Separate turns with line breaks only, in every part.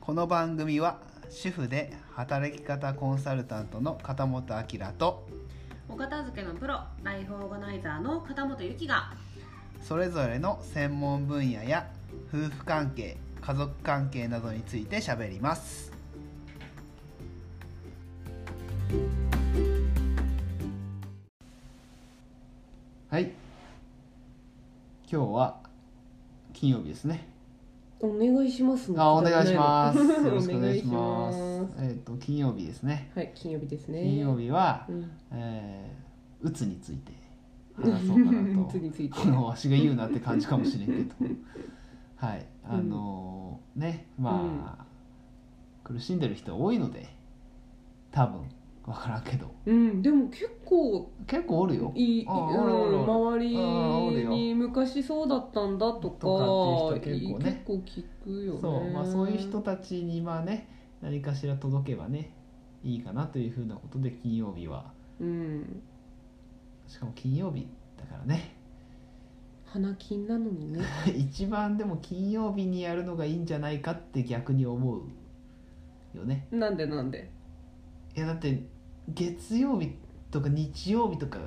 この番組は主婦で働き方コンサルタントの片本明と
お片付けのプロライフオーガナイザーの片本ゆきが
それぞれの専門分野や夫婦関係家族関係などについてしゃべりますはい今日は金曜日ですね
お願いします
あお願いしますよろしくお願いし
お
ま
願い
す
し
えっ、と金曜日ですね
はい金曜日ですね
金曜日は、
うん
えー、うつについて話そうかなと
鬱について
このわしが言うなって感じかもしれんけど はいあのーねまあ、苦しんでる人多いので多分分からんけど
うんでも結構
結構おるよ
いい、
あおるおるおる
うん、周
あおる
り
よ
に昔そうだったんだとか
とかっていう人結構ね
い結構聞くよね
そう,、まあ、そういう人たちにまあね何かしら届けばねいいかなというふうなことで金曜日は
うん
しかも金曜日だからね
花金なのにね
一番でも金曜日にやるのがいいんじゃないかって逆に思うよね
なんでなんで
いやだって月曜日とか日曜日とか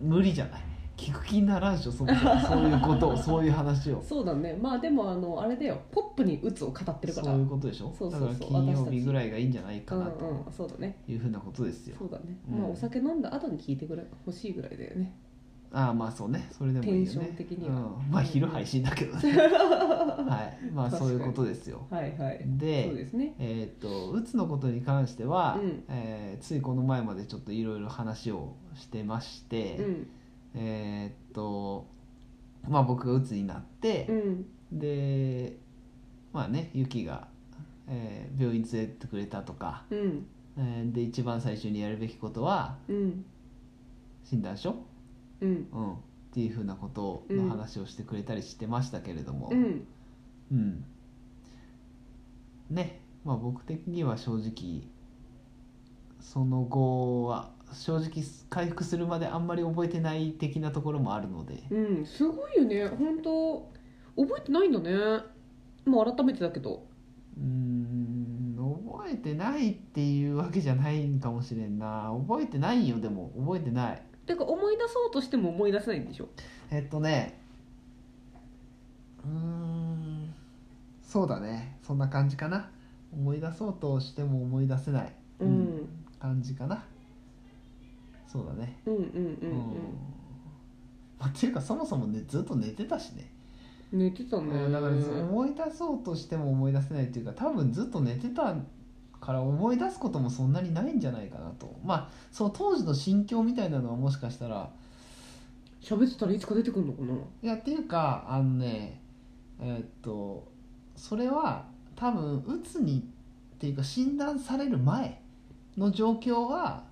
無理じゃない聞く気にならんでしょそもそもそういうことを そういう話を
そうだねまあでもあのあれだよポップに鬱を語ってるか
そ
ら
ういうことでしょ
そうそうそう
だから金曜
私た
日
ち
ぐらいがいいんじゃないか
うん
なと
うんそうだね
いうふうなことですよ、
そうだね、
うん
まあお酒飲んだ後に聞いてぐらい欲しいぐらいだよね
ああまあそうねそれでもいいよね
テンション的には
うん、まあ昼配信だけどねはいまあ
確か
そ
に
ういうことですよ
はいはいそう
で
ですね
えーっとうつのことに関しては、
うん
えーついこの前までちょっといろいろ話をしてまして、
うん
えーっとまあ僕が鬱になって
う、ん
でまあねユキが、えー病院連れてってくれたとか、
うん
えーで一番最初にやるべきことは
うん
診断書、
うん
うん、っていうふうなことの話をしてくれたりしてましたけれども、
うん
うんねまあ僕的には正直その後は正直回復するまであんまり覚えてない的なところもあるので。
うんすごいよね本当覚えてないんだねまあ改めてだけど
うーん覚えてないっていうわけじゃないんかもしれんな覚えてないよでも覚えてない
てか思い出そうとしても思い出せないんでしょ
えっとねうーんそうだねそんな感じかな思い出そうとしても思い出せない、
うん
感じかなそうだね
うんうん
う
うん
まあ、っていうかそもそもねずっと寝てたしね、
うん寝てた
うん
ね
だから思い出そうとしても思い出せないっていうか多分ずっと寝てたから思い出すこともそんなにないんじゃないかなとまあその当時の心境みたいなのはもしかしたら
喋ってたらいつか出てくるのかない
やっていうかあのねえーっとそれは多分うつにっていうか診断される前の状況は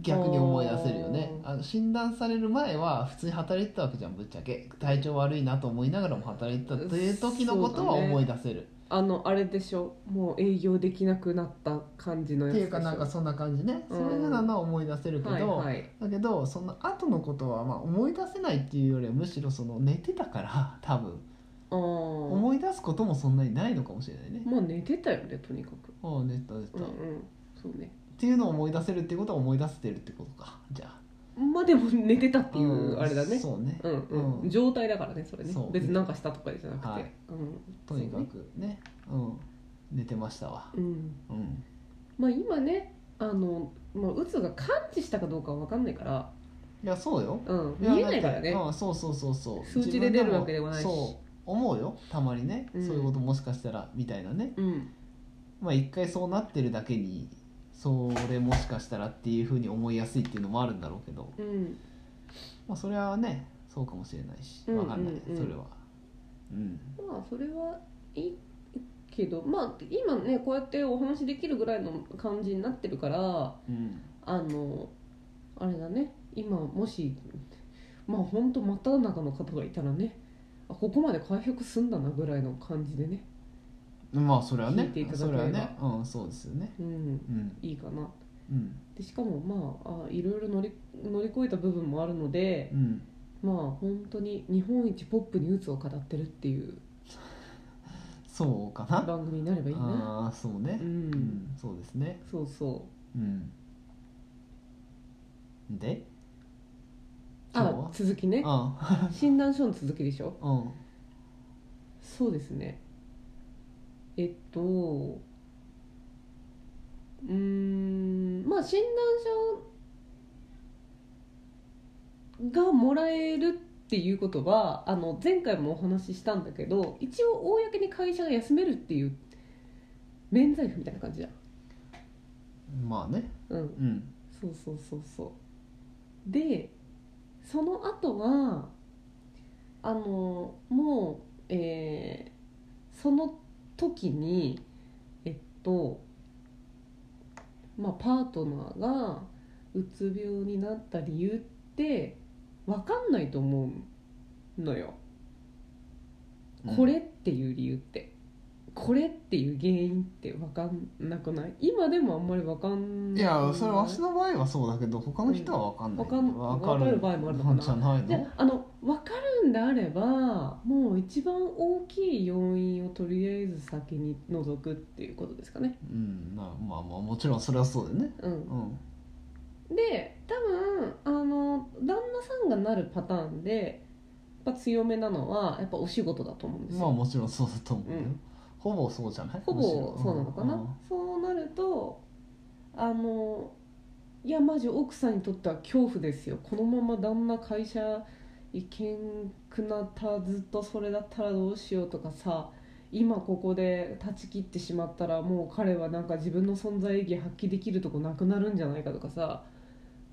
逆に思い出せるよねあの診断される前は普通に働いてたわけじゃんぶっちゃけ体調悪いなと思いながらも働いてたという時のことは
そうだね
思い出せる、
あのあれでしょもう営業できなくなった感じのや
っ
つ
て
でし
い
ょ
うかなんかそんな感じね、
うん
そういうふうなのは思い出せるけど、
はいはい
だけどその後のことはまあ思い出せないっていうよりはむしろその寝てたから多分
ああ
思い出すこともそんなにないのかもしれないね。
まあ寝てたよねとにかく
ああ寝た寝た、
うんう
っ
んそうね
ていうのを思い出せるってことは思い出せてるってことかじゃあ
まあでも寝てたっていうあれだね
そうね、
うんうん、
うん
状態だからねそれね
そう
別に何かしたとかじゃなくて、
はい
うん、
とにかくねうん寝てましたわ
そうね、うん、
うん
まあ今ねあの、まあ、うつが感知したかどうかは分かんないから、
いやそうよ
うん、
や
見えないからね
だってうんそうそうそうそう
数値で
自分
出るわけでもないし
そう思うよたまにね、
うん
そういうこともしかしたらみたいなね
うん
まあ一回そうなってるだけにそれもしかしたらっていうふうに思いやすいっていうのもあるんだろうけど
うん
まあそれはねそうかもしれないし
うん
わかんない、
うんうん
それはうん
まあそれはいいけどまあ今ねこうやってお話できるぐらいの感じになってるから
うん
あのあれだね今もしまあ本当真っ只中の方がいたらねあここまで回復すんだなぐらいの感じでね、
まあそれは
聞
ね
いていただけ
そ
れ
れ
ば
はねうんそうですよね
うん、
うん
いいかな
うん
でしかもまああいろいろ乗り乗り越えた部分もあるので
うん
まあ本当に日本一ポップに鬱を語ってるっていう
そうかな
番組になればいいな
ああそうね
う
うんんそうですね
そうそ
うんで
うあ
今
続きね
日は
診断書の続きでしょ
うんうん
そうですねえっとうーんまあ診断書がもらえるっていうことはあの前回もお話ししたんだけど一応公に会社が休めるっていう免罪符みたいな感じだ
まあね
うん
うん
そうそうそうそうでその後はあのもう、えーその時にえっとまあパートナーがうつ病になった理由って分かんないと思うのよ、
うん
これっていう理由ってこれっていう原因って分かんなくない今でもあんまり分かん
い
ない
やそれわしの場合はそうだけど他の人は分かんない、
うんわかんわかる場合もあるのかな
じゃない
で
の
あの分かるんであればもう一番大きい要因をとりあえず先に除くっていうことですかね。
うんまあまあまあもちろんそれはそうだよね
う、
うんん
で多分あの旦那さんがなるパターンでやっぱ強めなのはやっぱお仕事だと思うんです
まあ
よ。
もちろんそうだと思うよ、
うん
ほぼそうじゃない
ほ
むしろ
ぼそうなのかな、そうなるとあのいやマジ奥さんにとっては恐怖ですよこのまま旦那会社行けんくなったずっとそれだったらどうしようとかさ今ここで断ち切ってしまったらもう彼はなんか自分の存在意義発揮できるとこなくなるんじゃないかとかさ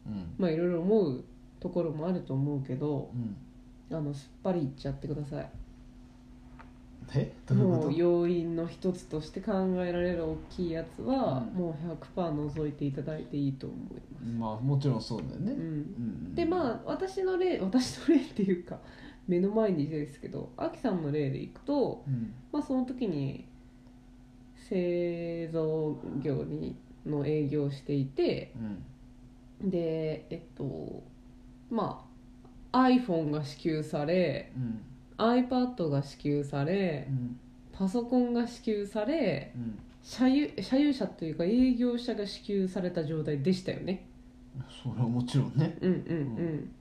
うん
まあいろいろ思うところもあると思うけど
うん、うん、
あのすっぱりいっちゃってください
えどういうこ
も
と
う要因の一つとして考えられる大きいやつは、
うん
もう100%除いていただいていいと思います、
まあもちろんそうだよね、
う
うん
ん、
うん、
でまあ私の例私の例っていうか目の前にですけどアキさんの例でいくと、
うん
まあ、その時に製造業にの営業をしていて
うん
でえっとまあ iPhone が支給され
うん
iPad が支給され
うん
パソコンが支給され
うん
社有社有者というか営業者が支給された状態でしたよね
それはもちろんね
うんうんうん、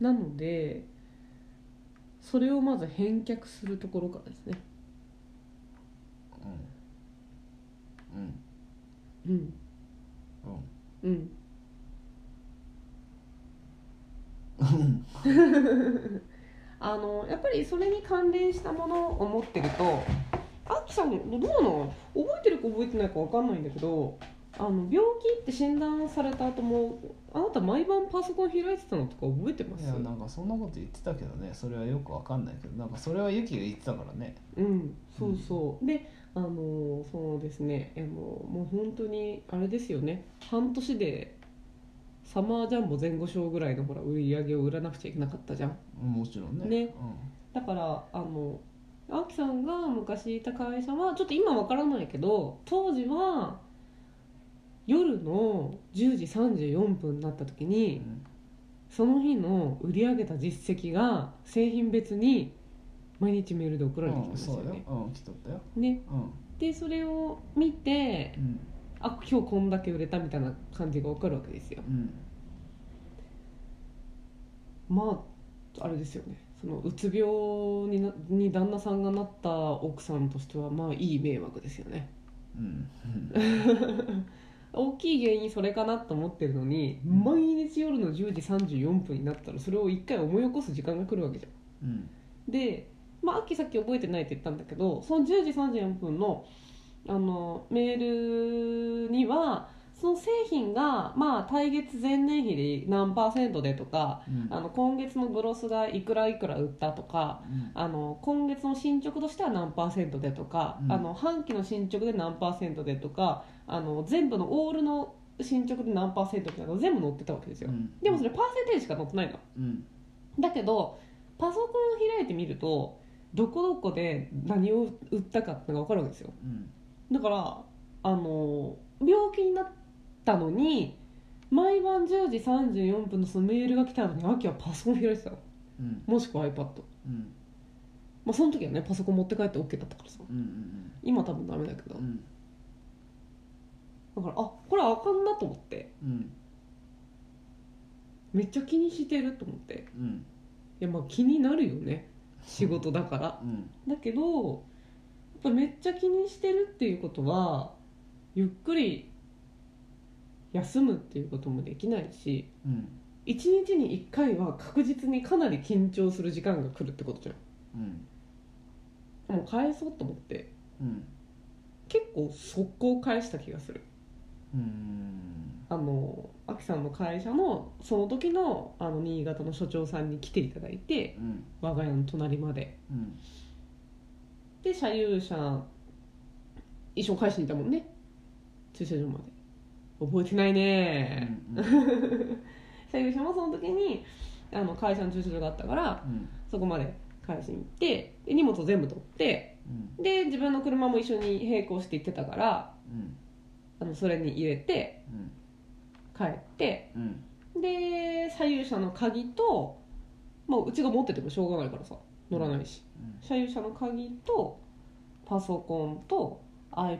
なのでそれをまず返却するところからですね
うんうん
うんうん
うん
あのやっぱりそれに関連したものを持ってるとあきさんどうなの覚えてるか覚えてないか分かんないんだけどあの病気って診断された後もあなた毎晩パソコン開いてたのとか覚えてま
い
す
やなんかそんなこと言ってたけどねそれはよくわかんないけどなんかそれはユキが言ってたからね
うん、そうそう、であのーそうですねあのもう本当にあれですよね半年でサマージャンボ前後賞ぐらいのほら売り上げを売らなくちゃいけなかったじゃん
うんもちろんね
ねだからあのあきさんが昔いた会社はちょっと今わからないけど当時は夜の10時34分になった時
う
に
ん
その日の売り上げた実績が製品別に毎日メールで送
う
られてき
ん、
ま
うん、
した
そ
よ
うだよ
ね。
うん来とったよ
ね
うん
でそれを見て
うん
あ今日こんだけ売れたみたいな感じがわかるわけですよ
うん
まああれですよねそのうつ病になに旦那さんがなった奥さんとしてはまあいい迷惑ですよね
うん
大きい原因それかなと思ってるのに
うん
毎日夜の10時34分になったらそれを一回思い起こす時間が来るわけじゃん
うん
で、まあ、秋さっき覚えてないって言ったんだけどその10時34分のあのメールにはその製品が、まあ、対月前年比で何パーセントでとか
うん
あの今月のグロスがいくらいくら売ったとか
うん
あの今月の進捗としては何パーセントでとか、
うん
あの半期の進捗で何パーセントでとかあの全部のオールの進捗で何パーセントっていうのが全部載ってたわけですよ、
うん
でもそれパーセンテージしか載ってないの
うん
だけどパソコンを開いてみるとどこどこで何を売ったかってのが分かるわけですよ
うん
だからあの病気になったのに毎晩10時34分のそのメールが来たのに秋はパソコン開いてたの
うん
もしくは iPad
うん
まあその時はねパソコン持って帰って OK だったからさ
うんうん
今多分ダメだけど
うんうん
だからあこれあかんなと思って
うん
めっちゃ気にしてると思って
うん
いやまあ気になるよね仕事だから
うん
だけどやっぱめっちゃ気にしてるっていうことはゆっくり休むっていうこともできないし
うん
1日に1回は確実にかなり緊張する時間が来るってことじ
うん
ゃんもう返そうと思って
うん
結構速攻返した気がする
うん
あのアキさんの会社のその時のあの新潟の所長さんに来ていただいて
うん
我が家の隣まで
うん
で社有者一緒に返しに行ったもんね駐車場まで覚えてないね、社有者もその時にあの会社の駐車場があったから
うん
そこまで返しに行ってで荷物を全部取って
うん
で自分の車も一緒に並行して行ってたから
うん
あのそれに入れて
うん
帰って
うん
で社有者の鍵と、まあ、うちが持っててもしょうがないからさ乗らないし社有者の鍵とパソコンと iPad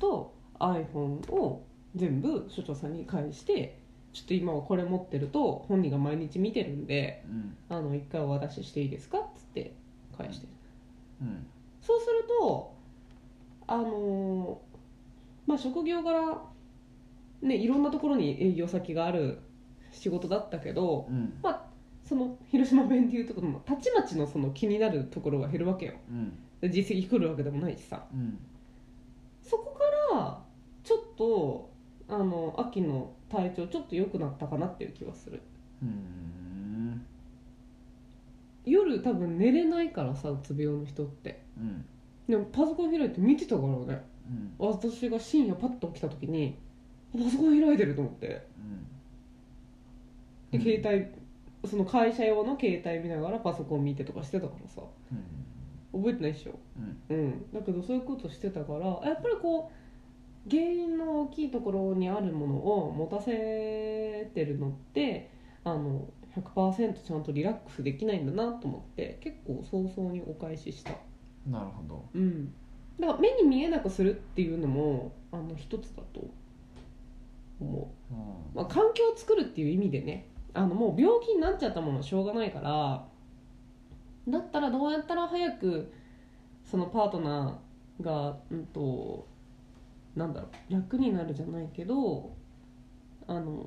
と iPhone を全部所長さんに返してちょっと今はこれ持ってると本人が毎日見てるんで
うん
あの一回お渡ししていいですかっつって返してる
うん
そうするとあのーまあ職業柄ねいろんなところに営業先がある仕事だったけど
うん
その広島弁でいうところもたちまちのその気になるところが減るわけよ
うん
で実績来るわけでもないしさ
うん
そこからちょっとあの秋の体調ちょっと良くなったかなっていう気はする
うん
夜多分寝れないからさうつ病の人って
うん
でもパソコン開いて見てたからね
うん
私が深夜パッと起きた時にあパソコン開いてると思って
う
で
ん
携帯その会社用の携帯見ながらパソコン見てとかしてたからさ
うん
覚えてないでしょ
うん
うん、だけどそういうことしてたからやっぱりこう原因の大きいところにあるものを持たせてるのってあの100%ちゃんとリラックスできないんだなと思って結構早々にお返しした、
なるほど
うん、だから目に見えなくするっていうのもあの一つだと思
うん
う、まあ、環境を作るっていう意味でねあのもう病気になっちゃったものはしょうがないからだったらどうやったら早くそのパートナーがうんとなんだろう楽になるじゃないけどあの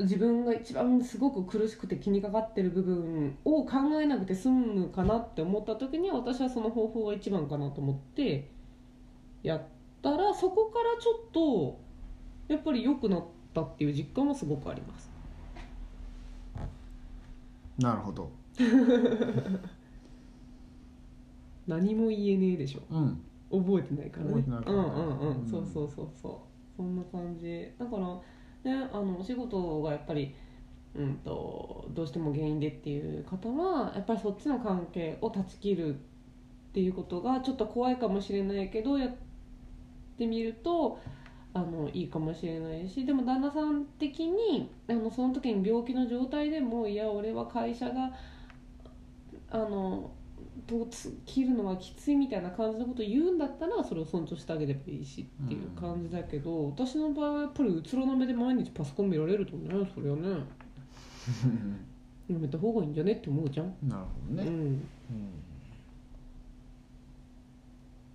自分が一番すごく苦しくて気にかかってる部分を考えなくて済むかなって思った時に私はその方法が一番かなと思ってやったらそこからちょっとやっぱり良くなったっていう実感はすごくあります。
なるほど
何も言えねえでしょ
うん
覚えてないから
覚え
ね
てないか
う
らね
んうんうん、
うん
そうそうそうそうそんな感じだからねあのお仕事がやっぱりうんとどうしても原因でっていう方はやっぱりそっちの関係を断ち切るっていうことがちょっと怖いかもしれないけどやってみるとあのいいかもしれないしでも旦那さん的にあのその時に病気の状態でもいや俺は会社があのとつ切るのはきついみたいな感じのことを言うんだったらそれを尊重してあげればいいしっていう感じだけど、私の場合はやっぱりうつろな目で毎日パソコン見られるとねそれはねやめた方がいいんじゃねって思うじゃん、
なるほどね
うん、
うん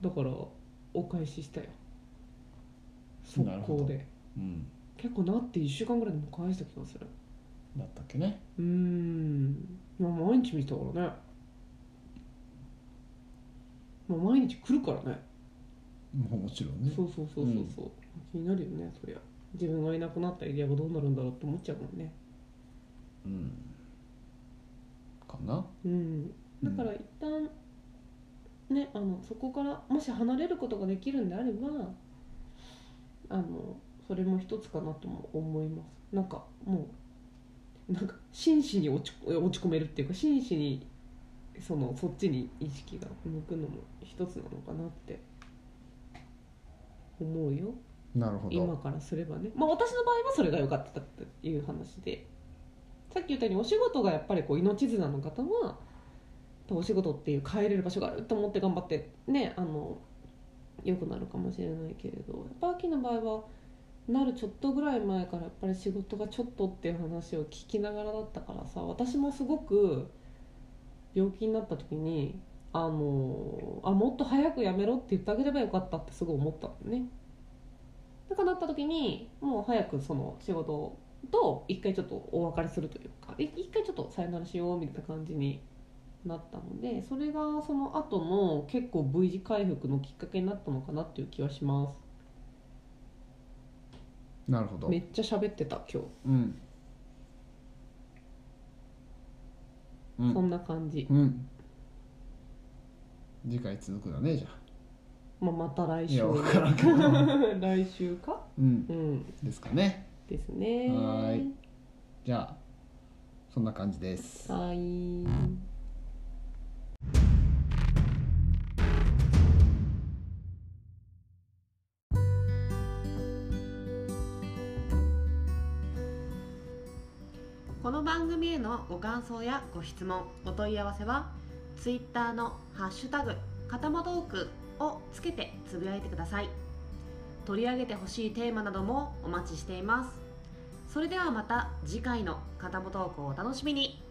だからお返ししたよ速
なるほ
攻
ど
で
うん
結構なって1週間ぐらいでも返した気がする
だったっけね
うーんまあ毎日見てたからねまあ毎日来るからね
もうもちろんね
そうそうそうそうそう、気になるよねそりゃ自分がいなくなったエリアがどうなるんだろうって思っちゃうもんね
うんかな
うんだから一旦ねあのそこからもし離れることができるんであればあのそれも一つかなとも思いますなんかもうなんか真摯に落ち落ち込めるっていうか真摯にそのそっちに意識が向くのも一つなのかなって思うよ
なるほ
今からすればね、まあ、私の場合はそれが良かったっていう話でさっき言ったようにお仕事がやっぱりこう命綱の方はお仕事っていう帰れる場所があると思って頑張ってねあの良くなるかもしれないけれどやっぱ秋の場合はなるちょっとぐらい前からやっぱり仕事がちょっとっていう話を聞きながらだったからさ私もすごく病気になった時にあのあもっと早くやめろって言ってあげればよかったってすごい思ったのね。だからなった時にもう早くその仕事と一回ちょっとお別れするというかい一回ちょっとさよならしようみたいな感じになったのでそれがその後の結構 V 字回復のきっかけになったのかなっていう気はします
なるほど
めっちゃ喋ってた今
うんう
日そ
ん
んな感じ、
うん次回続くだねじゃあ
まあ、また来
い
週
やわからんけど
来週か
うん
うん
ですかね
ですね
はーいじゃあそんな感じです
はーい
この番組へのご感想やご質問お問い合わせは Twitter の「ハッシュタグかたまトーク」をつけてつぶやいてください取り上げてほしいテーマなどもお待ちしていますそれではまた次回の「かたまトーク」をお楽しみに